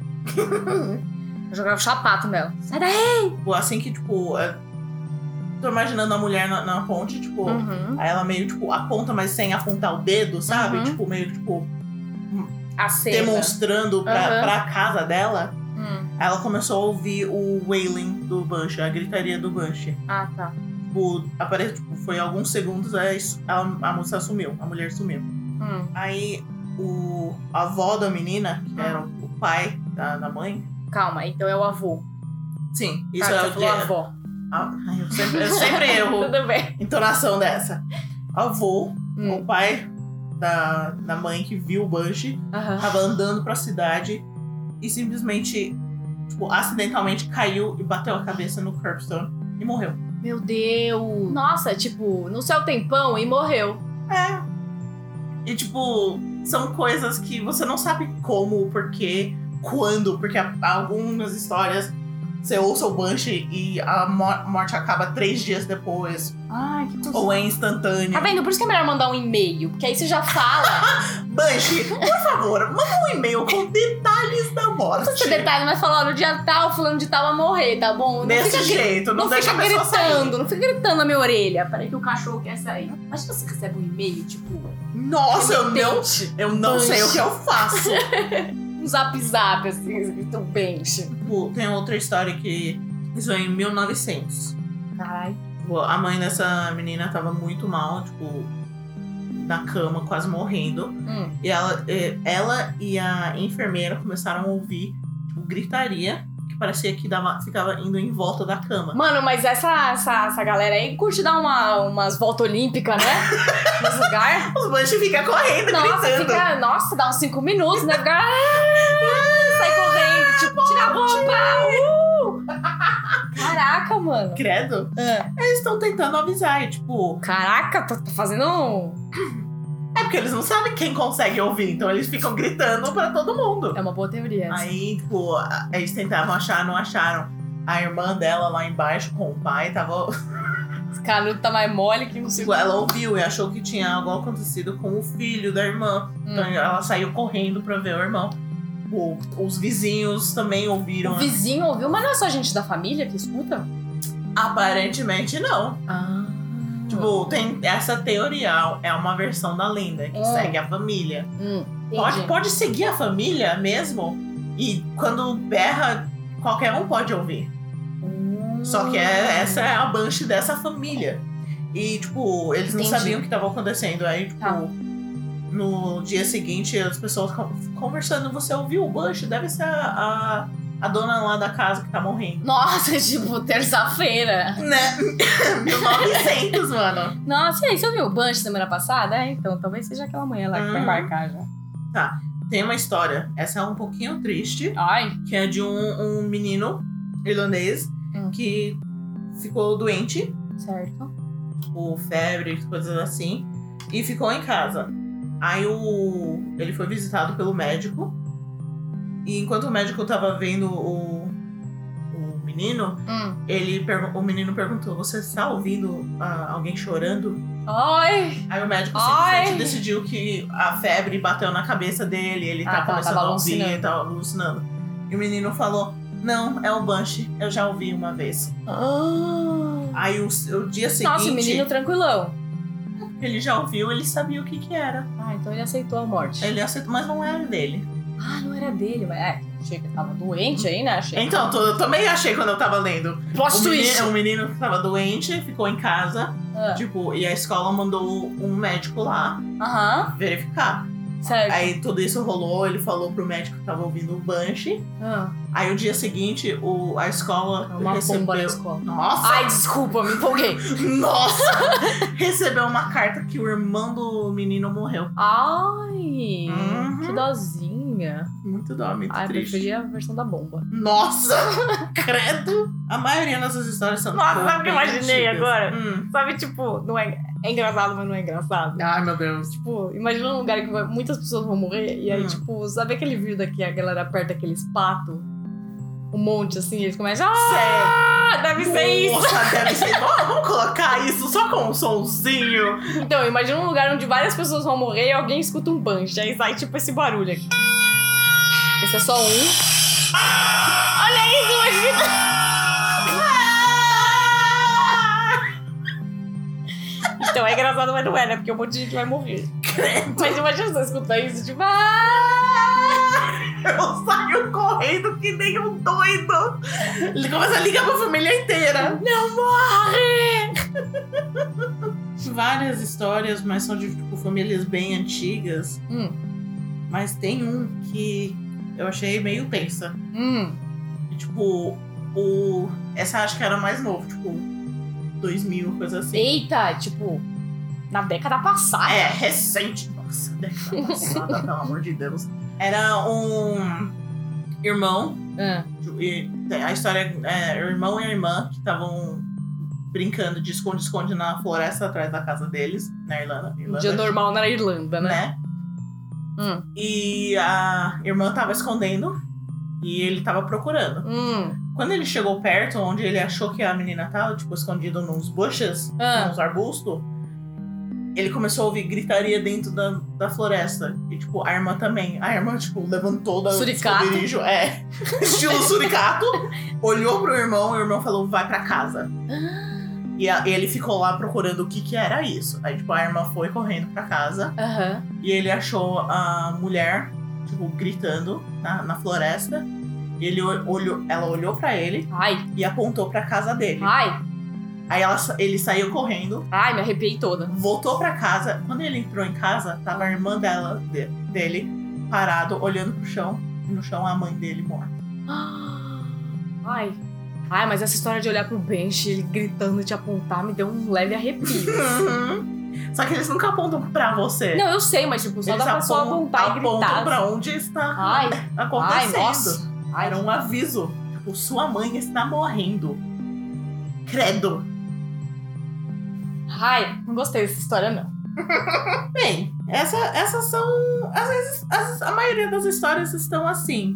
Speaker 1: Eu jogava chapato nela. Sai daí!
Speaker 2: Tipo, assim que, tipo. é- Tô imaginando a mulher na, na ponte, tipo.
Speaker 1: Uhum.
Speaker 2: Aí ela meio, tipo, aponta, mas sem apontar o dedo, sabe?
Speaker 1: Uhum.
Speaker 2: Tipo, meio, tipo,
Speaker 1: A cena.
Speaker 2: demonstrando pra,
Speaker 1: Uhum.
Speaker 2: pra casa dela.
Speaker 1: Hum.
Speaker 2: Aí Ela começou a ouvir o wailing do Banshee, a gritaria do Banshee.
Speaker 1: Ah, tá.
Speaker 2: Tipo, apare... tipo, foi alguns segundos, aí su- a, a moça sumiu, a mulher sumiu.
Speaker 1: Hum.
Speaker 2: Aí o a avó da menina, que era o o pai da, da mãe...
Speaker 1: Calma, então é o avô.
Speaker 2: Sim,
Speaker 1: Isso
Speaker 2: isso
Speaker 1: tá,
Speaker 2: é
Speaker 1: você
Speaker 2: o que...
Speaker 1: falou avó.
Speaker 2: Ah, ai, eu sempre, eu
Speaker 1: *laughs*
Speaker 2: sempre erro
Speaker 1: Tudo bem.
Speaker 2: a entonação dessa. Avô,
Speaker 1: Hum.
Speaker 2: o pai da, da mãe que viu o Banshee,
Speaker 1: Aham.
Speaker 2: tava andando pra cidade e simplesmente, tipo, acidentalmente caiu e bateu a cabeça no curbstone e morreu.
Speaker 1: Meu Deus. Nossa, tipo, no céu tempão e morreu.
Speaker 2: É. E, tipo, são coisas que você não sabe como, porquê, quando, porque a- algumas histórias você ouça o Banshee e a mo- morte acaba três dias depois,
Speaker 1: Ai, que coisa.
Speaker 2: ou é instantâneo.
Speaker 1: Tá vendo? Por isso que é melhor mandar um e-mail. Porque aí você já
Speaker 2: *laughs*
Speaker 1: fala.
Speaker 2: Banshee, por favor, manda um e-mail com detalhes da morte.
Speaker 1: Você detalhe, mas falar no dia tal, fulano de tal vai morrer, tá bom? Não
Speaker 2: Desse
Speaker 1: fica gri-
Speaker 2: jeito, não,
Speaker 1: Não,
Speaker 2: deixa
Speaker 1: fica
Speaker 2: a pessoa
Speaker 1: gritando,
Speaker 2: sair.
Speaker 1: não fica gritando na minha orelha. Peraí que o cachorro quer sair. Mas se você recebe um e-mail, tipo.
Speaker 2: Nossa, eu não
Speaker 1: repetente,
Speaker 2: Eu não
Speaker 1: Banshee.
Speaker 2: sei o que eu faço. *laughs*
Speaker 1: Um zap zap, assim, escrito bench.
Speaker 2: Tipo, Tem outra história que. Isso é em 1900.
Speaker 1: Caralho.
Speaker 2: Tipo, A mãe dessa menina tava muito mal, tipo, na cama, quase morrendo.
Speaker 1: Hum.
Speaker 2: E ela, eh, ela e a enfermeira começaram a ouvir tipo, gritaria, que parecia que dava, ficava indo em volta da cama.
Speaker 1: Mano, mas essa, essa, essa galera aí curte dar uma, umas voltas olímpicas, né?
Speaker 2: *laughs*
Speaker 1: Nos lugares.
Speaker 2: Os banches ficam correndo,
Speaker 1: Nossa,
Speaker 2: gritando.
Speaker 1: fica. Nossa, dá uns cinco minutos, né? Fica. ah, Sai correndo, tipo, tira a roupa! uh! *laughs* Caraca, mano.
Speaker 2: Credo.
Speaker 1: Ah.
Speaker 2: Eles estão tentando avisar, e, tipo.
Speaker 1: Caraca, tô, tô fazendo um.
Speaker 2: É porque eles não sabem quem consegue ouvir, então eles ficam gritando pra todo mundo.
Speaker 1: É uma boa teoria. essa.
Speaker 2: Aí, tipo, a- eles tentavam achar, não acharam. A irmã dela lá embaixo com o pai tava. *laughs*
Speaker 1: Esse canudo tá mais mole que não sei o
Speaker 2: tipo, Ela ouviu e achou que tinha algo acontecido com o filho da irmã. Então
Speaker 1: Hum.
Speaker 2: ela saiu correndo pra ver o irmão. O- os vizinhos também ouviram.
Speaker 1: O vizinho ouviu, mas não é só gente da família que escuta?
Speaker 2: Aparentemente não.
Speaker 1: Ah.
Speaker 2: Tipo, tem essa teoria, é uma versão da lenda que
Speaker 1: Hum.
Speaker 2: segue a família.
Speaker 1: Hum,
Speaker 2: Pode,
Speaker 1: entendi.
Speaker 2: pode seguir a família mesmo. E quando berra, qualquer um pode ouvir.
Speaker 1: Hum.
Speaker 2: Só que é- essa é a Banshee dessa família. E, tipo, eles não
Speaker 1: Entendi.
Speaker 2: sabiam o que estava acontecendo. Aí, tipo,
Speaker 1: Tá.
Speaker 2: no dia seguinte, as pessoas con- conversando. Você ouviu o Banshee? Deve ser a, a, a dona lá da casa que tá morrendo.
Speaker 1: Nossa, *laughs* tipo, terça-feira.
Speaker 2: Né? *laughs* 1900, mano.
Speaker 1: Nossa, e aí, você viu o Bunch semana passada? É, então, talvez seja aquela manhã lá que vai
Speaker 2: Hum.
Speaker 1: embarcar já.
Speaker 2: Tem uma história. Essa é um pouquinho triste.
Speaker 1: Ai.
Speaker 2: Que é de um, um menino irlandês
Speaker 1: Hum.
Speaker 2: que ficou doente.
Speaker 1: Certo.
Speaker 2: tipo febre, coisas assim, e ficou em casa. Aí o ele foi visitado pelo médico. E enquanto o médico tava vendo o, o menino,
Speaker 1: Hum.
Speaker 2: ele pergun- o menino perguntou: "Você está ouvindo ah, alguém chorando?"
Speaker 1: Ai!
Speaker 2: Aí o médico
Speaker 1: Ai.
Speaker 2: simplesmente decidiu que a febre bateu na cabeça dele, ele
Speaker 1: Ah,
Speaker 2: tá,
Speaker 1: tá,
Speaker 2: começando
Speaker 1: tava
Speaker 2: a ouvir,
Speaker 1: alucinando.
Speaker 2: ele tá alucinando. E o menino falou: Não, é o Banshee, eu já ouvi uma vez. Aí o, Ah. é o dia seguinte,
Speaker 1: Nossa, o menino tranquilão.
Speaker 2: ele já ouviu, ele sabia o que que era.
Speaker 1: Ah, então ele aceitou a morte.
Speaker 2: Ele aceitou, mas não era dele.
Speaker 1: Ah, não era dele, mas é, achei que ele tava doente aí, né? Achei.
Speaker 2: Então, tô- eu também achei quando eu tava lendo.
Speaker 1: Plot
Speaker 2: O
Speaker 1: twist!
Speaker 2: menino, é um o menino tava doente, ficou em casa,
Speaker 1: Ah,
Speaker 2: tipo, e a escola mandou um médico lá
Speaker 1: Aham,
Speaker 2: verificar.
Speaker 1: certo.
Speaker 2: Aí tudo isso rolou, ele falou pro médico que tava ouvindo o Banshee.
Speaker 1: Ah,
Speaker 2: Aí o dia seguinte, o, a escola
Speaker 1: É uma bomba na
Speaker 2: recebeu.
Speaker 1: escola.
Speaker 2: Nossa!
Speaker 1: Ai, desculpa, me empolguei.
Speaker 2: *laughs* Nossa! recebeu uma carta que o irmão do menino morreu.
Speaker 1: Ai,
Speaker 2: Uhum.
Speaker 1: que dozinha.
Speaker 2: Muito dó, muito
Speaker 1: Ai, eu
Speaker 2: triste.
Speaker 1: preferia a versão da bomba.
Speaker 2: Nossa! *laughs* credo! A maioria dessas histórias são.
Speaker 1: Nossa,
Speaker 2: bem
Speaker 1: sabe o que eu imaginei
Speaker 2: antigas.
Speaker 1: agora?
Speaker 2: Hum.
Speaker 1: Sabe, tipo, não é, é engraçado, mas não é engraçado.
Speaker 2: Ai, meu Deus.
Speaker 1: Tipo, imagina um lugar que vai- muitas pessoas vão morrer. E aí,
Speaker 2: Hum.
Speaker 1: tipo, sabe aquele vídeo daqui, a galera aperta aqueles pato? Um monte, assim, eles começam. Ah, deve ser isso!
Speaker 2: Nossa, deve ser. Vamos vamos colocar isso só com um sonzinho.
Speaker 1: Então, imagina um lugar onde várias pessoas vão morrer e alguém escuta um banjo. Aí sai tipo esse barulho aqui. Esse é só um. Olha isso, imagina!
Speaker 2: Ah!
Speaker 1: Então é engraçado, mas não é, né? Porque um monte de gente vai morrer. Mas imagina você escutar isso, tipo. "Ah!"
Speaker 2: Eu saio correndo que nem um doido. Ele começa a ligar pra família inteira.
Speaker 1: Não morre!
Speaker 2: várias histórias, mas são de tipo, famílias bem antigas.
Speaker 1: Hum,
Speaker 2: Mas tem um que eu achei meio tensa.
Speaker 1: hum.
Speaker 2: E, tipo, o. Essa acho que era mais novo, tipo, 2000, coisa assim.
Speaker 1: Eita, tipo, na década passada.
Speaker 2: É, recente. Nossa, *laughs* década passada, pelo amor de Deus. Era um irmão.
Speaker 1: Ah,
Speaker 2: e A história é irmão e irmã que estavam brincando de esconde-esconde na floresta atrás da casa deles, na Irlanda.
Speaker 1: um
Speaker 2: Irlanda
Speaker 1: dia normal na Irlanda, né?
Speaker 2: né?
Speaker 1: Hum.
Speaker 2: E a irmã tava escondendo e ele tava procurando.
Speaker 1: Hum.
Speaker 2: Quando ele chegou perto, onde ele achou que a menina tava, tipo, escondida nos bushes,
Speaker 1: Ah.
Speaker 2: nos arbustos, né, ele começou a ouvir gritaria dentro da, da floresta. E, tipo, a irmã também. A irmã, tipo, levantou da do
Speaker 1: Suricato.
Speaker 2: esconderijo. É. *laughs* Estilo suricato. olhou pro irmão e o irmão falou, vai pra casa. E a- ele ficou lá procurando o que que era isso. Aí, tipo, a irmã foi correndo pra casa.
Speaker 1: Aham.
Speaker 2: E ele achou a mulher, tipo, gritando na, na floresta. E ele ol- olhou, ela olhou pra ele
Speaker 1: Ai,
Speaker 2: e apontou pra casa dele.
Speaker 1: ai,
Speaker 2: Aí ela, sa- ele saiu correndo,
Speaker 1: ai, me arrepiei toda. *gasps*
Speaker 2: voltou pra casa. Quando ele entrou em casa, tava a irmã dela, de- dele parado, olhando pro chão. E no chão a mãe dele morta.
Speaker 1: Ai. Ai, mas essa história de olhar pro Bench, ele gritando e te apontar, me deu um leve
Speaker 2: *laughs*
Speaker 1: arrepio.
Speaker 2: Só que eles nunca apontam pra você.
Speaker 1: Uhum. Não, eu sei, mas tipo, só
Speaker 2: eles
Speaker 1: dá pra só
Speaker 2: apon-
Speaker 1: apontar e
Speaker 2: apontam
Speaker 1: gritar. assim. Ah.
Speaker 2: pra onde está
Speaker 1: Ai, ai,
Speaker 2: acontecendo.
Speaker 1: nossa. Ai,
Speaker 2: Era um aviso. Tipo, sua mãe está morrendo. Credo.
Speaker 1: ai, não gostei dessa história, não.
Speaker 2: Bem, essa, essas são. Às vezes, as- a maioria das histórias estão assim.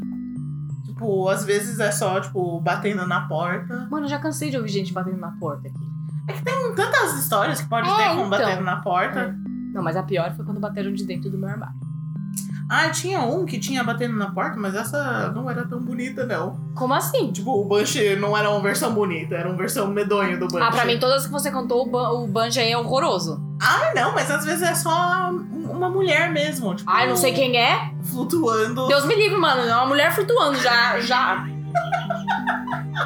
Speaker 2: Tipo, às vezes é só, tipo, batendo na porta.
Speaker 1: Mano, eu já cansei de ouvir gente batendo na porta aqui.
Speaker 2: Tem tantas histórias que pode
Speaker 1: É,
Speaker 2: ter
Speaker 1: então. É.
Speaker 2: com batendo na porta.
Speaker 1: Não, mas a pior foi quando bateram de dentro do meu armário.
Speaker 2: Ah, tinha um que tinha batendo na porta, mas essa não era tão bonita, não.
Speaker 1: Como assim?
Speaker 2: Tipo, o Banshee não era uma versão bonita, era uma versão medonho do Banshee.
Speaker 1: Ah, pra mim, todas que você cantou, o, ban o banjo aí é horroroso.
Speaker 2: Ah, não, mas às vezes é só um- uma mulher mesmo. Tipo,
Speaker 1: Ai, não sei quem é.
Speaker 2: Flutuando.
Speaker 1: Deus me livre, mano. É uma mulher flutuando, já, já.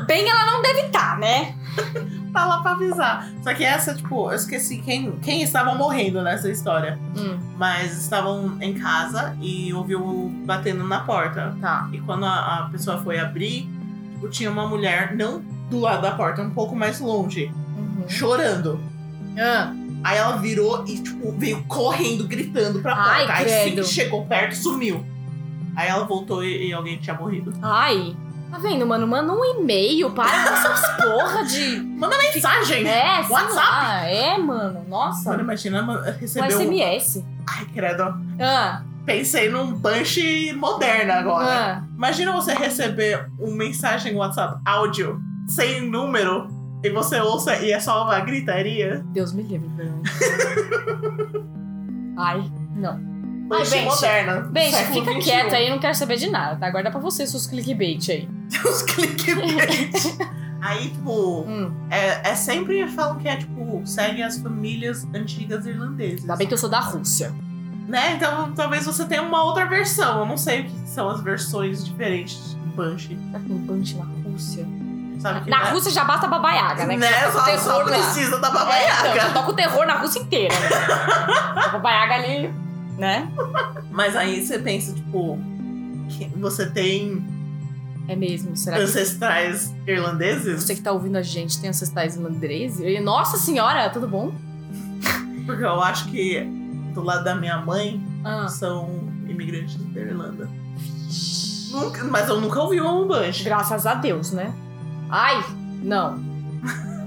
Speaker 1: Bem, ela não deve estar, né?
Speaker 2: tá lá pra avisar. Só que essa, tipo, eu esqueci quem, quem estava morrendo nessa história.
Speaker 1: Hum,
Speaker 2: Mas estavam em casa e ouviu batendo na porta.
Speaker 1: tá.
Speaker 2: E quando a, a pessoa foi abrir, tipo, tinha uma mulher, não do lado da porta, um pouco mais longe,
Speaker 1: Uhum.
Speaker 2: chorando.
Speaker 1: Ah,
Speaker 2: Aí ela virou e, tipo, veio correndo, gritando pra
Speaker 1: Ai,
Speaker 2: porta. Aí sim,
Speaker 1: credo.
Speaker 2: chegou perto, sumiu. Aí ela voltou e, e alguém tinha morrido.
Speaker 1: ai, Tá vendo, mano? Manda um e-mail, para com essas *laughs* porra de.
Speaker 2: Manda mensagem!
Speaker 1: É, sei
Speaker 2: WhatsApp.
Speaker 1: lá. É, mano. Nossa.
Speaker 2: Mano, imagina mano,
Speaker 1: Um
Speaker 2: receber um...
Speaker 1: SMS.
Speaker 2: Ai, credo.
Speaker 1: Ah,
Speaker 2: Pensei num Banshee moderna agora.
Speaker 1: ah.
Speaker 2: Imagina você receber uma mensagem no WhatsApp áudio sem número e você ouça e é só uma gritaria.
Speaker 1: Deus me livre,
Speaker 2: *laughs*
Speaker 1: velho. Ai, não. Ai,
Speaker 2: Banshee
Speaker 1: gente.
Speaker 2: moderna.
Speaker 1: Bem, gente,
Speaker 2: século
Speaker 1: fica
Speaker 2: 21.
Speaker 1: quieta aí, não quero saber de nada, tá? Guarda pra você seus clickbait aí.
Speaker 2: Os clickbait. *laughs* Aí, tipo,
Speaker 1: Hum,
Speaker 2: é, é sempre falam que é, tipo, seguem as famílias antigas irlandesas.
Speaker 1: ainda Tá bem que eu sou da Rússia.
Speaker 2: Né? Então talvez você tenha uma outra versão. Eu não sei o que são as versões diferentes de Banshee.
Speaker 1: Será que tem Bunch na Rússia?
Speaker 2: Sabe que
Speaker 1: na
Speaker 2: né?
Speaker 1: Rússia já basta a Baba Yaga, né? Que já
Speaker 2: Né?
Speaker 1: toca o
Speaker 2: Só, só
Speaker 1: terror lá.
Speaker 2: precisa da
Speaker 1: É, então, já
Speaker 2: babaiaga.
Speaker 1: toca o terror na Rússia inteira. Né? a Baba Yaga ali, né?
Speaker 2: Mas aí você pensa, tipo, que você tem
Speaker 1: É mesmo, será que
Speaker 2: ancestrais irlandeses?
Speaker 1: você que tá ouvindo a gente tem ancestrais irlandeses? E, Nossa senhora, tudo bom?
Speaker 2: Porque eu acho que do lado da minha mãe
Speaker 1: Ah.
Speaker 2: são imigrantes da Irlanda. Nunca- mas eu nunca ouvi um Banshee.
Speaker 1: Graças a Deus, né? Ai, não.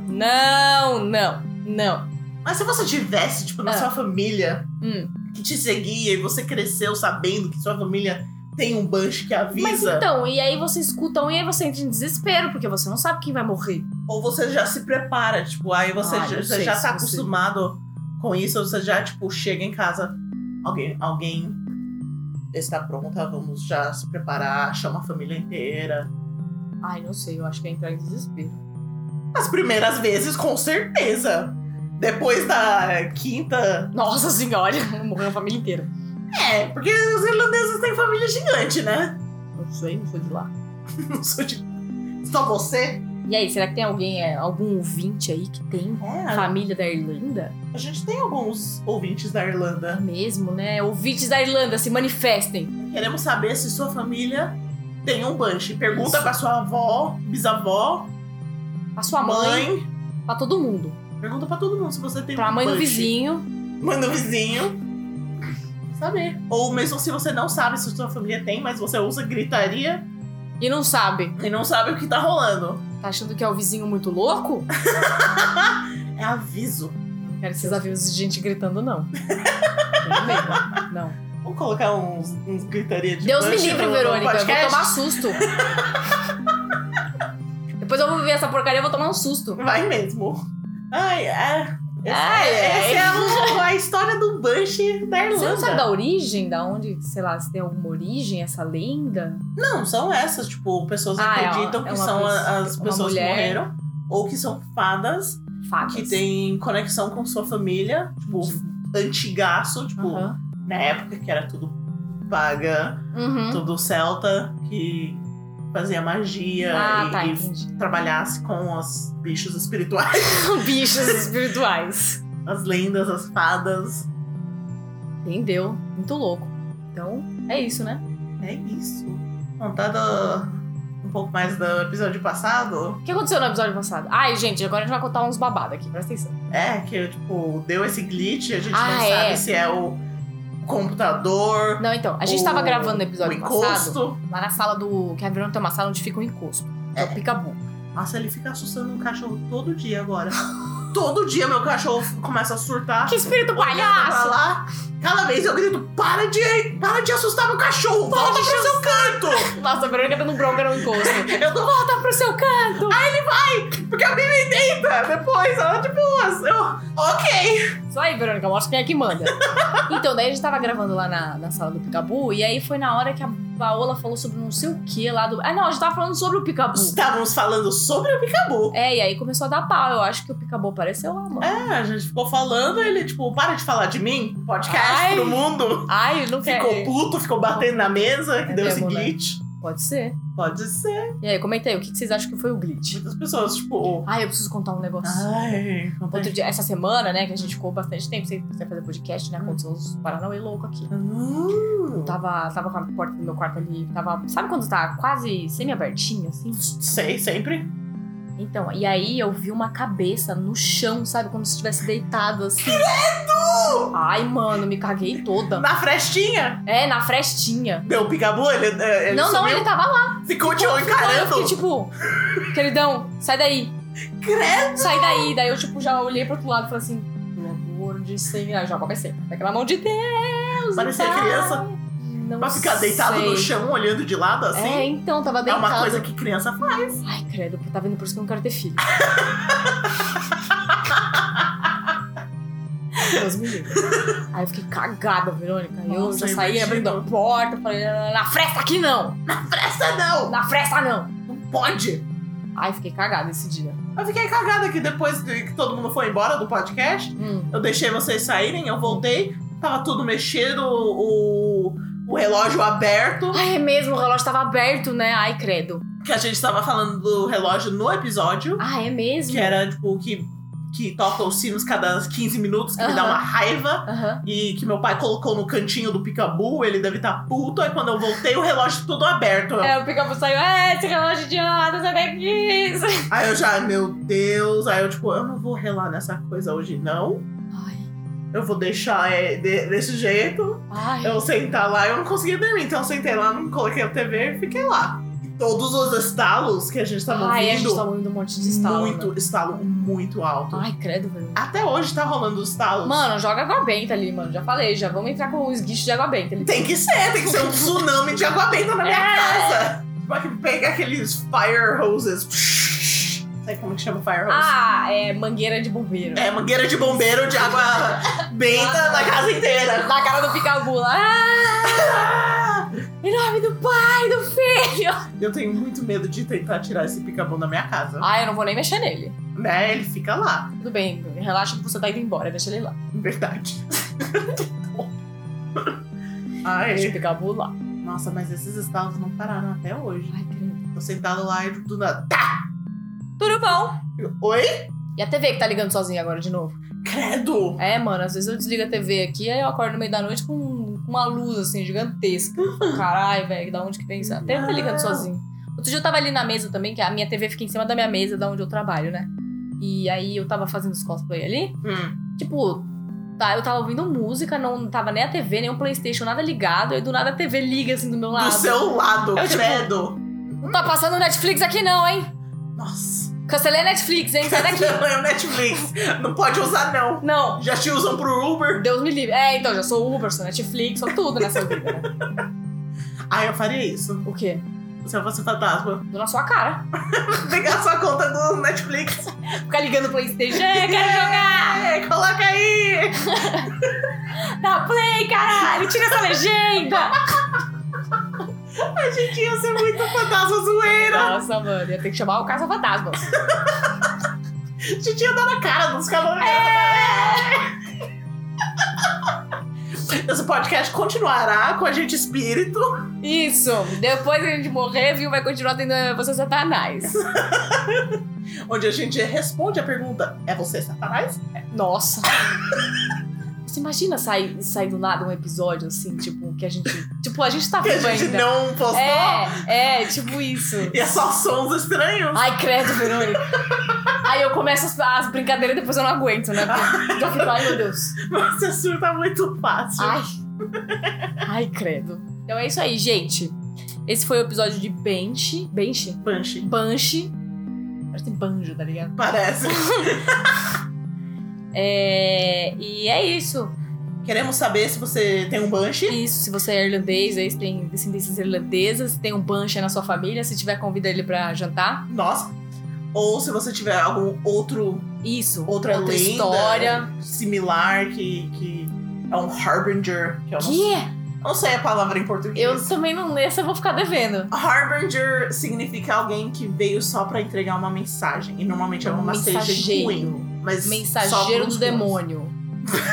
Speaker 1: não, não, não.
Speaker 2: Mas se você tivesse, tipo, na
Speaker 1: Ah.
Speaker 2: sua família
Speaker 1: Hum.
Speaker 2: que te seguia e você cresceu sabendo que sua família tem um Banshee que avisa,
Speaker 1: Mas então, e aí você escuta um e aí você entra em desespero, porque você não sabe quem vai morrer.
Speaker 2: ou você já se prepara, tipo, aí você,
Speaker 1: Ah,
Speaker 2: já,
Speaker 1: não
Speaker 2: você
Speaker 1: sei
Speaker 2: já
Speaker 1: se
Speaker 2: tá
Speaker 1: você-
Speaker 2: acostumado com isso, você já, tipo, chega em casa, alguém, alguém está pronta, vamos já se preparar, chama a família inteira.
Speaker 1: Ai, não sei, eu acho que é entrar em desespero.
Speaker 2: As primeiras vezes, com certeza. Depois da quinta.
Speaker 1: Nossa senhora, *laughs* morreu a família inteira.
Speaker 2: É, porque os irlandeses têm família gigante, né? *laughs*
Speaker 1: Não sei, não foi de lá.
Speaker 2: Não sou de. Só você?
Speaker 1: E aí, será que tem alguém, é, algum ouvinte aí que tem
Speaker 2: É,
Speaker 1: família da Irlanda?
Speaker 2: A gente tem alguns ouvintes da
Speaker 1: É
Speaker 2: Irlanda.
Speaker 1: mesmo, né? Ouvintes da Irlanda, se manifestem.
Speaker 2: Queremos saber se sua família tem um Banshee. Pergunta
Speaker 1: Isso.
Speaker 2: pra sua avó, bisavó,
Speaker 1: Pra sua mãe,
Speaker 2: mãe.
Speaker 1: pra todo mundo.
Speaker 2: Pergunta pra todo mundo se você tem
Speaker 1: Pra
Speaker 2: um
Speaker 1: mãe do
Speaker 2: Banshee.
Speaker 1: vizinho.
Speaker 2: Mãe do vizinho. Saber. Ou mesmo se você não sabe se sua família tem, mas você usa gritaria
Speaker 1: E não sabe.
Speaker 2: e não sabe o que tá rolando.
Speaker 1: Tá achando que é o vizinho muito louco?
Speaker 2: É aviso.
Speaker 1: Não quero esses avisos de gente gritando,
Speaker 2: *laughs*
Speaker 1: não. Tenho medo. Não.
Speaker 2: Vamos colocar uns, uns gritaria de
Speaker 1: Deus me
Speaker 2: Banshee
Speaker 1: livre,
Speaker 2: no- no
Speaker 1: Verônica. Eu vou
Speaker 2: um podcast?
Speaker 1: tomar susto. Depois eu vou ver essa porcaria e vou tomar um susto.
Speaker 2: Vai mesmo. Ai, é. Essa,
Speaker 1: Ai,
Speaker 2: essa
Speaker 1: ai.
Speaker 2: é a, a história do Banshee da Irlanda.
Speaker 1: Você não sabe da origem? Da onde, sei lá, se tem alguma origem essa lenda?
Speaker 2: Não, são essas, tipo, pessoas
Speaker 1: Ah, é uma-
Speaker 2: acreditam
Speaker 1: é
Speaker 2: que
Speaker 1: uma
Speaker 2: são
Speaker 1: pes-
Speaker 2: a- as
Speaker 1: uma
Speaker 2: pessoas que
Speaker 1: mulher.
Speaker 2: morreram ou que são fadas
Speaker 1: Fadas.
Speaker 2: que têm conexão com sua família, tipo, antigaço, tipo,
Speaker 1: Aham.
Speaker 2: na época que era tudo paga,
Speaker 1: Uhum.
Speaker 2: tudo celta, que fazia magia
Speaker 1: Ah,
Speaker 2: é, e,
Speaker 1: tá,
Speaker 2: e
Speaker 1: entendi. *laughs*
Speaker 2: trabalhasse com os bichos espirituais, *laughs*
Speaker 1: Bichos espirituais.
Speaker 2: as lendas, as fadas.
Speaker 1: Entendeu? Muito louco. Então, é isso, né?
Speaker 2: É isso. Contado um pouco mais do episódio passado,
Speaker 1: O que aconteceu no episódio passado? Ai, gente, agora a gente vai contar uns babados aqui, presta atenção.
Speaker 2: É, que tipo, deu esse glitch, a gente
Speaker 1: Ah,
Speaker 2: não
Speaker 1: é.
Speaker 2: sabe se é o computador.
Speaker 1: Não, então, a gente
Speaker 2: o-
Speaker 1: tava gravando no
Speaker 2: o
Speaker 1: episódio passado,
Speaker 2: encosto.
Speaker 1: lá na sala do. Que a Verônica tem uma sala onde fica o encosto. Que é o picabu.
Speaker 2: Nossa, ele fica assustando um cachorro todo dia agora. todo dia meu cachorro começa a surtar.
Speaker 1: Ah, Que espírito
Speaker 2: olhando pra
Speaker 1: palhaço!
Speaker 2: lá. Cada vez eu grito, para de, para de assustar meu cachorro, volta pro seu canto!
Speaker 1: Nossa, a Verônica dando bronca no
Speaker 2: *laughs*
Speaker 1: encosto.
Speaker 2: Eu tô
Speaker 1: Volta pro seu canto!
Speaker 2: porque a Bibi deita depois, ela de boas. Eu, ok.
Speaker 1: Isso aí, Verônica, mostra quem é que manda. Então, daí a gente tava gravando lá na, na sala do Picabu, e aí foi na hora que a Paola falou sobre não sei o que lá do. Ah, não, a gente tava falando sobre o Picabu.
Speaker 2: Estávamos falando sobre o picabu.
Speaker 1: É, e aí começou a dar pau. Eu acho que o Picabu apareceu lá, mano.
Speaker 2: É, a gente ficou falando, ele tipo, para de falar de mim, podcast
Speaker 1: Ai.
Speaker 2: pro mundo.
Speaker 1: *laughs* Ai, não quer.
Speaker 2: Ficou puto, ficou batendo na mesa, que
Speaker 1: É
Speaker 2: deu esse
Speaker 1: mesmo, né?
Speaker 2: glitch.
Speaker 1: Pode ser.
Speaker 2: Pode ser.
Speaker 1: E aí, comenta aí, o que que vocês acham que foi o glitch?
Speaker 2: Muitas pessoas, tipo.
Speaker 1: Ai, eu preciso contar um
Speaker 2: Ah.
Speaker 1: negócio.
Speaker 2: Ai,
Speaker 1: Outro dia, essa semana, né, que a gente ficou bastante tempo sem, sem fazer podcast, né? Aconteceu uns Paranauê louco aqui. Eu
Speaker 2: Hum,
Speaker 1: tava, tava com a porta do meu quarto ali, tava. Sabe quando tá quase semi-abertinha, assim?
Speaker 2: Sei, sempre.
Speaker 1: Então, e aí eu vi uma cabeça no chão, sabe? Como se estivesse deitado assim. Ai, mano, me caguei toda.
Speaker 2: Na frestinha?
Speaker 1: É, na frestinha.
Speaker 2: Deu picabu? Ele, eh, ele
Speaker 1: não, não,
Speaker 2: sumiu?
Speaker 1: ele tava lá.
Speaker 2: Ficou de
Speaker 1: Aí
Speaker 2: olho
Speaker 1: eu
Speaker 2: encarando.
Speaker 1: fiquei tipo, queridão, sai daí.
Speaker 2: Credo!
Speaker 1: Sai daí. Daí eu, tipo, já olhei pro outro lado e falei assim, pelo amor de Senhor. Aí eu já comecei. Daquela mão de Deus.
Speaker 2: Parecia
Speaker 1: tá?
Speaker 2: criança.
Speaker 1: Não
Speaker 2: Pra ficar deitado no
Speaker 1: sei.
Speaker 2: chão, olhando de lado assim.
Speaker 1: É, então, tava
Speaker 2: É
Speaker 1: deitado.
Speaker 2: uma coisa assim. que criança faz.
Speaker 1: Ai, credo, tá vendo? Por isso que eu não quero ter
Speaker 2: *laughs*
Speaker 1: filho. Deus me livre. Aí eu fiquei cagada, Verônica. Aí eu
Speaker 2: Nossa,
Speaker 1: já saí
Speaker 2: imagino.
Speaker 1: abrindo a porta, falei, na fresta aqui não!
Speaker 2: Na fresta não!
Speaker 1: Na fresta não!
Speaker 2: Não pode!
Speaker 1: Ai, fiquei cagada esse dia.
Speaker 2: Eu fiquei cagada que depois de que todo mundo foi embora do podcast,
Speaker 1: Hum.
Speaker 2: eu deixei vocês saírem, eu voltei, tava tudo mexido, o, o relógio aberto,
Speaker 1: Ai, é mesmo, o relógio tava aberto, né? Ai, credo.
Speaker 2: que a gente tava falando do relógio no episódio,
Speaker 1: Ah, é mesmo?
Speaker 2: que era tipo que, que toca os sinos cada 15 minutos, que me dá
Speaker 1: Aham.
Speaker 2: uma raiva.
Speaker 1: Aham.
Speaker 2: E que meu pai colocou no cantinho do picabu, ele deve estar tá puto. Aí quando eu voltei, o relógio todo aberto.
Speaker 1: É, o pica saiu, é, esse relógio idiota, sai daqui!
Speaker 2: Aí eu já, meu Deus. Aí eu, tipo, eu não vou relar nessa coisa hoje, não.
Speaker 1: Ai,
Speaker 2: Eu vou deixar é, de- desse jeito.
Speaker 1: ai.
Speaker 2: Eu sentar lá, eu não conseguia dormir. Então eu sentei lá, não coloquei a TV e fiquei lá. E todos os estalos que a gente tava
Speaker 1: Ai, a
Speaker 2: ouvindo,
Speaker 1: gente tá ouvindo um monte de estalo.
Speaker 2: muito
Speaker 1: né?
Speaker 2: estalo muito alto.
Speaker 1: Ai, credo, Verônica.
Speaker 2: Até hoje tá rolando os estalos.
Speaker 1: Mano, joga água benta ali, mano. Já falei, já vamos entrar com um esguicho de água benta ali.
Speaker 2: Tem que ser, tem que ser um tsunami de água benta na
Speaker 1: *laughs*
Speaker 2: minha
Speaker 1: É.
Speaker 2: casa. Pra que pega aqueles fire hoses. Sabe como que chama fire hose?
Speaker 1: Ah, é mangueira de bombeiro.
Speaker 2: É, mangueira de bombeiro de
Speaker 1: *laughs*
Speaker 2: água benta na casa inteira.
Speaker 1: Na cara do picabu lá. Ah! Em nome do pai, do filho.
Speaker 2: Eu tenho muito medo de tentar tirar esse picabu da minha casa.
Speaker 1: Ah, eu não vou nem mexer nele.
Speaker 2: Né? Ele fica lá,
Speaker 1: Tudo bem, relaxa que você tá indo embora, deixa ele lá.
Speaker 2: na *laughs* verdade. Ai.
Speaker 1: Deixa o picabu lá.
Speaker 2: Nossa, mas esses estalos não pararam até hoje.
Speaker 1: Ai, credo.
Speaker 2: Tô sentado lá e do nada.
Speaker 1: Tudo bom?
Speaker 2: Eu, Oi?
Speaker 1: E a TV que tá ligando sozinha agora de novo?
Speaker 2: Credo!
Speaker 1: É, mano, às vezes eu desligo a TV aqui, aí eu acordo no meio da noite com com uma luz, assim, gigantesca. Caralho, velho, da onde que vem isso? A TV tá ligando sozinho. Outro dia eu tava ali na mesa também, que a minha TV fica em cima da minha mesa, da onde eu trabalho, né? E aí eu tava fazendo os cosplay ali.
Speaker 2: Hum.
Speaker 1: Tipo, tá, eu tava ouvindo música, não tava nem a TV, nem o Playstation, nada ligado. Aí do nada a TV liga, assim, do meu
Speaker 2: Do
Speaker 1: lado.
Speaker 2: seu lado,
Speaker 1: Eu, tipo,
Speaker 2: credo!
Speaker 1: Não tá passando Netflix aqui não, hein?
Speaker 2: Nossa.
Speaker 1: Cancelei a Netflix, hein? Sai daqui.
Speaker 2: Não é o Netflix. Não pode usar, *laughs* não.
Speaker 1: Não,
Speaker 2: Já te usam pro Uber.
Speaker 1: Deus me livre. É, então, já sou Uber, sou Netflix, sou tudo nessa vida, né?
Speaker 2: Ah, eu faria isso.
Speaker 1: O quê?
Speaker 2: Se eu fosse fantasma.
Speaker 1: Dou na sua cara.
Speaker 2: *laughs* Pegar sua conta do Netflix.
Speaker 1: Ficar ligando o Playstation, "É, quero jogar!
Speaker 2: É, coloca aí!
Speaker 1: Dá play, caralho! Tira essa legenda!
Speaker 2: A gente ia ser muito fantasma zoeira.
Speaker 1: Nossa, mano, ia ter que chamar o Casa Fantasma.
Speaker 2: A gente ia dar na cara dos calouros.
Speaker 1: É.
Speaker 2: *laughs* Esse podcast continuará com a gente espírito.
Speaker 1: Isso! Depois que a gente morrer, viu? Vai continuar tendo eh, você satanás.
Speaker 2: Onde a gente responde a pergunta: É você, Satanás?
Speaker 1: Nossa! Você imagina sair, sair do nada um episódio assim, tipo, que a gente. Tipo, a gente tá
Speaker 2: Que a
Speaker 1: vivo
Speaker 2: gente
Speaker 1: ainda.
Speaker 2: não postou.
Speaker 1: É, é, tipo isso.
Speaker 2: E é só sons estranhos.
Speaker 1: Ai, credo, Verônica. Aí eu começo as, as brincadeiras e depois eu não aguento, né? Porque já fico, ai meu Deus.
Speaker 2: Você surta tá muito fácil.
Speaker 1: Ai. Ai, credo. Então é isso aí, gente. Esse foi o episódio de Bench. Bench?
Speaker 2: Banshee.
Speaker 1: Banshee. Parece banjo, tá ligado?
Speaker 2: Parece.
Speaker 1: É... E é isso.
Speaker 2: Queremos saber se você tem um Banshee.
Speaker 1: Isso, se você é irlandês, aí se tem descendências irlandesas, se tem um banshee na sua família, se tiver, convida ele pra jantar.
Speaker 2: Nós. Ou se você tiver algum outro
Speaker 1: Isso.
Speaker 2: Outra lenda.
Speaker 1: história.
Speaker 2: similar que, que é um harbinger. Que eu não,
Speaker 1: Que?
Speaker 2: não sei a palavra em português.
Speaker 1: Eu também não... Essa eu vou ficar devendo.
Speaker 2: Harbinger significa alguém que veio só pra entregar uma mensagem. E normalmente é uma mensagem
Speaker 1: Mensageiro.
Speaker 2: ruim. Mas só
Speaker 1: Mensageiro
Speaker 2: pros
Speaker 1: do
Speaker 2: bons.
Speaker 1: demônio.
Speaker 2: *laughs*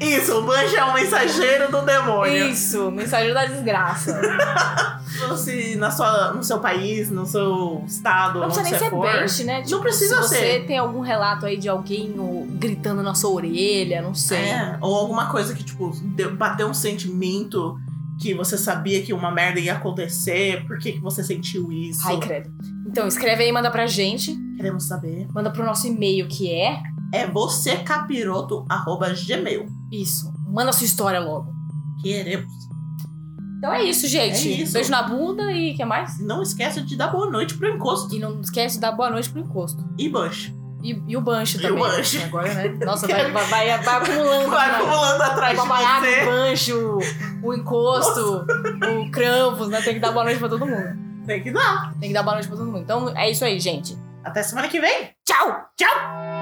Speaker 2: Isso, o Banjo é um mensageiro do demônio.
Speaker 1: Isso, mensageiro da desgraça.
Speaker 2: Então, Se na sua, no seu país, no seu estado,
Speaker 1: Não
Speaker 2: onde
Speaker 1: precisa nem
Speaker 2: você
Speaker 1: ser
Speaker 2: for.
Speaker 1: bench, né? Tipo,
Speaker 2: é
Speaker 1: se
Speaker 2: precisa
Speaker 1: você
Speaker 2: ser.
Speaker 1: tem algum relato aí de alguém ou, gritando na sua orelha, não sei.
Speaker 2: É, ou alguma coisa que, tipo, deu- bateu um sentimento que você sabia que uma merda ia acontecer, por que, que você sentiu isso.
Speaker 1: Ai, credo. Então, escreve aí, manda pra gente.
Speaker 2: Queremos saber.
Speaker 1: Manda pro nosso e-mail, que é...
Speaker 2: É vocêcapiroto.gmail.
Speaker 1: Isso. Manda sua história logo.
Speaker 2: Queremos.
Speaker 1: Então é isso, gente.
Speaker 2: É isso.
Speaker 1: Beijo na bunda e o que mais?
Speaker 2: Não esqueça de dar boa noite pro encosto.
Speaker 1: E não esquece de dar boa noite pro encosto.
Speaker 2: E Bush.
Speaker 1: E, e o Banshee
Speaker 2: E
Speaker 1: também.
Speaker 2: o Banshee.
Speaker 1: Agora, né? Nossa,
Speaker 2: *laughs*
Speaker 1: vai, vai, vai, vai acumulando.
Speaker 2: Vai
Speaker 1: né?
Speaker 2: pulando atrás de
Speaker 1: babaiaca, o
Speaker 2: você.
Speaker 1: banjo, o encosto, o crampos, né? Tem que dar boa noite pra todo mundo.
Speaker 2: Tem que dar.
Speaker 1: Tem que dar boa noite pra todo mundo. Então é isso aí, gente.
Speaker 2: Até semana que vem.
Speaker 1: Tchau!
Speaker 2: Tchau!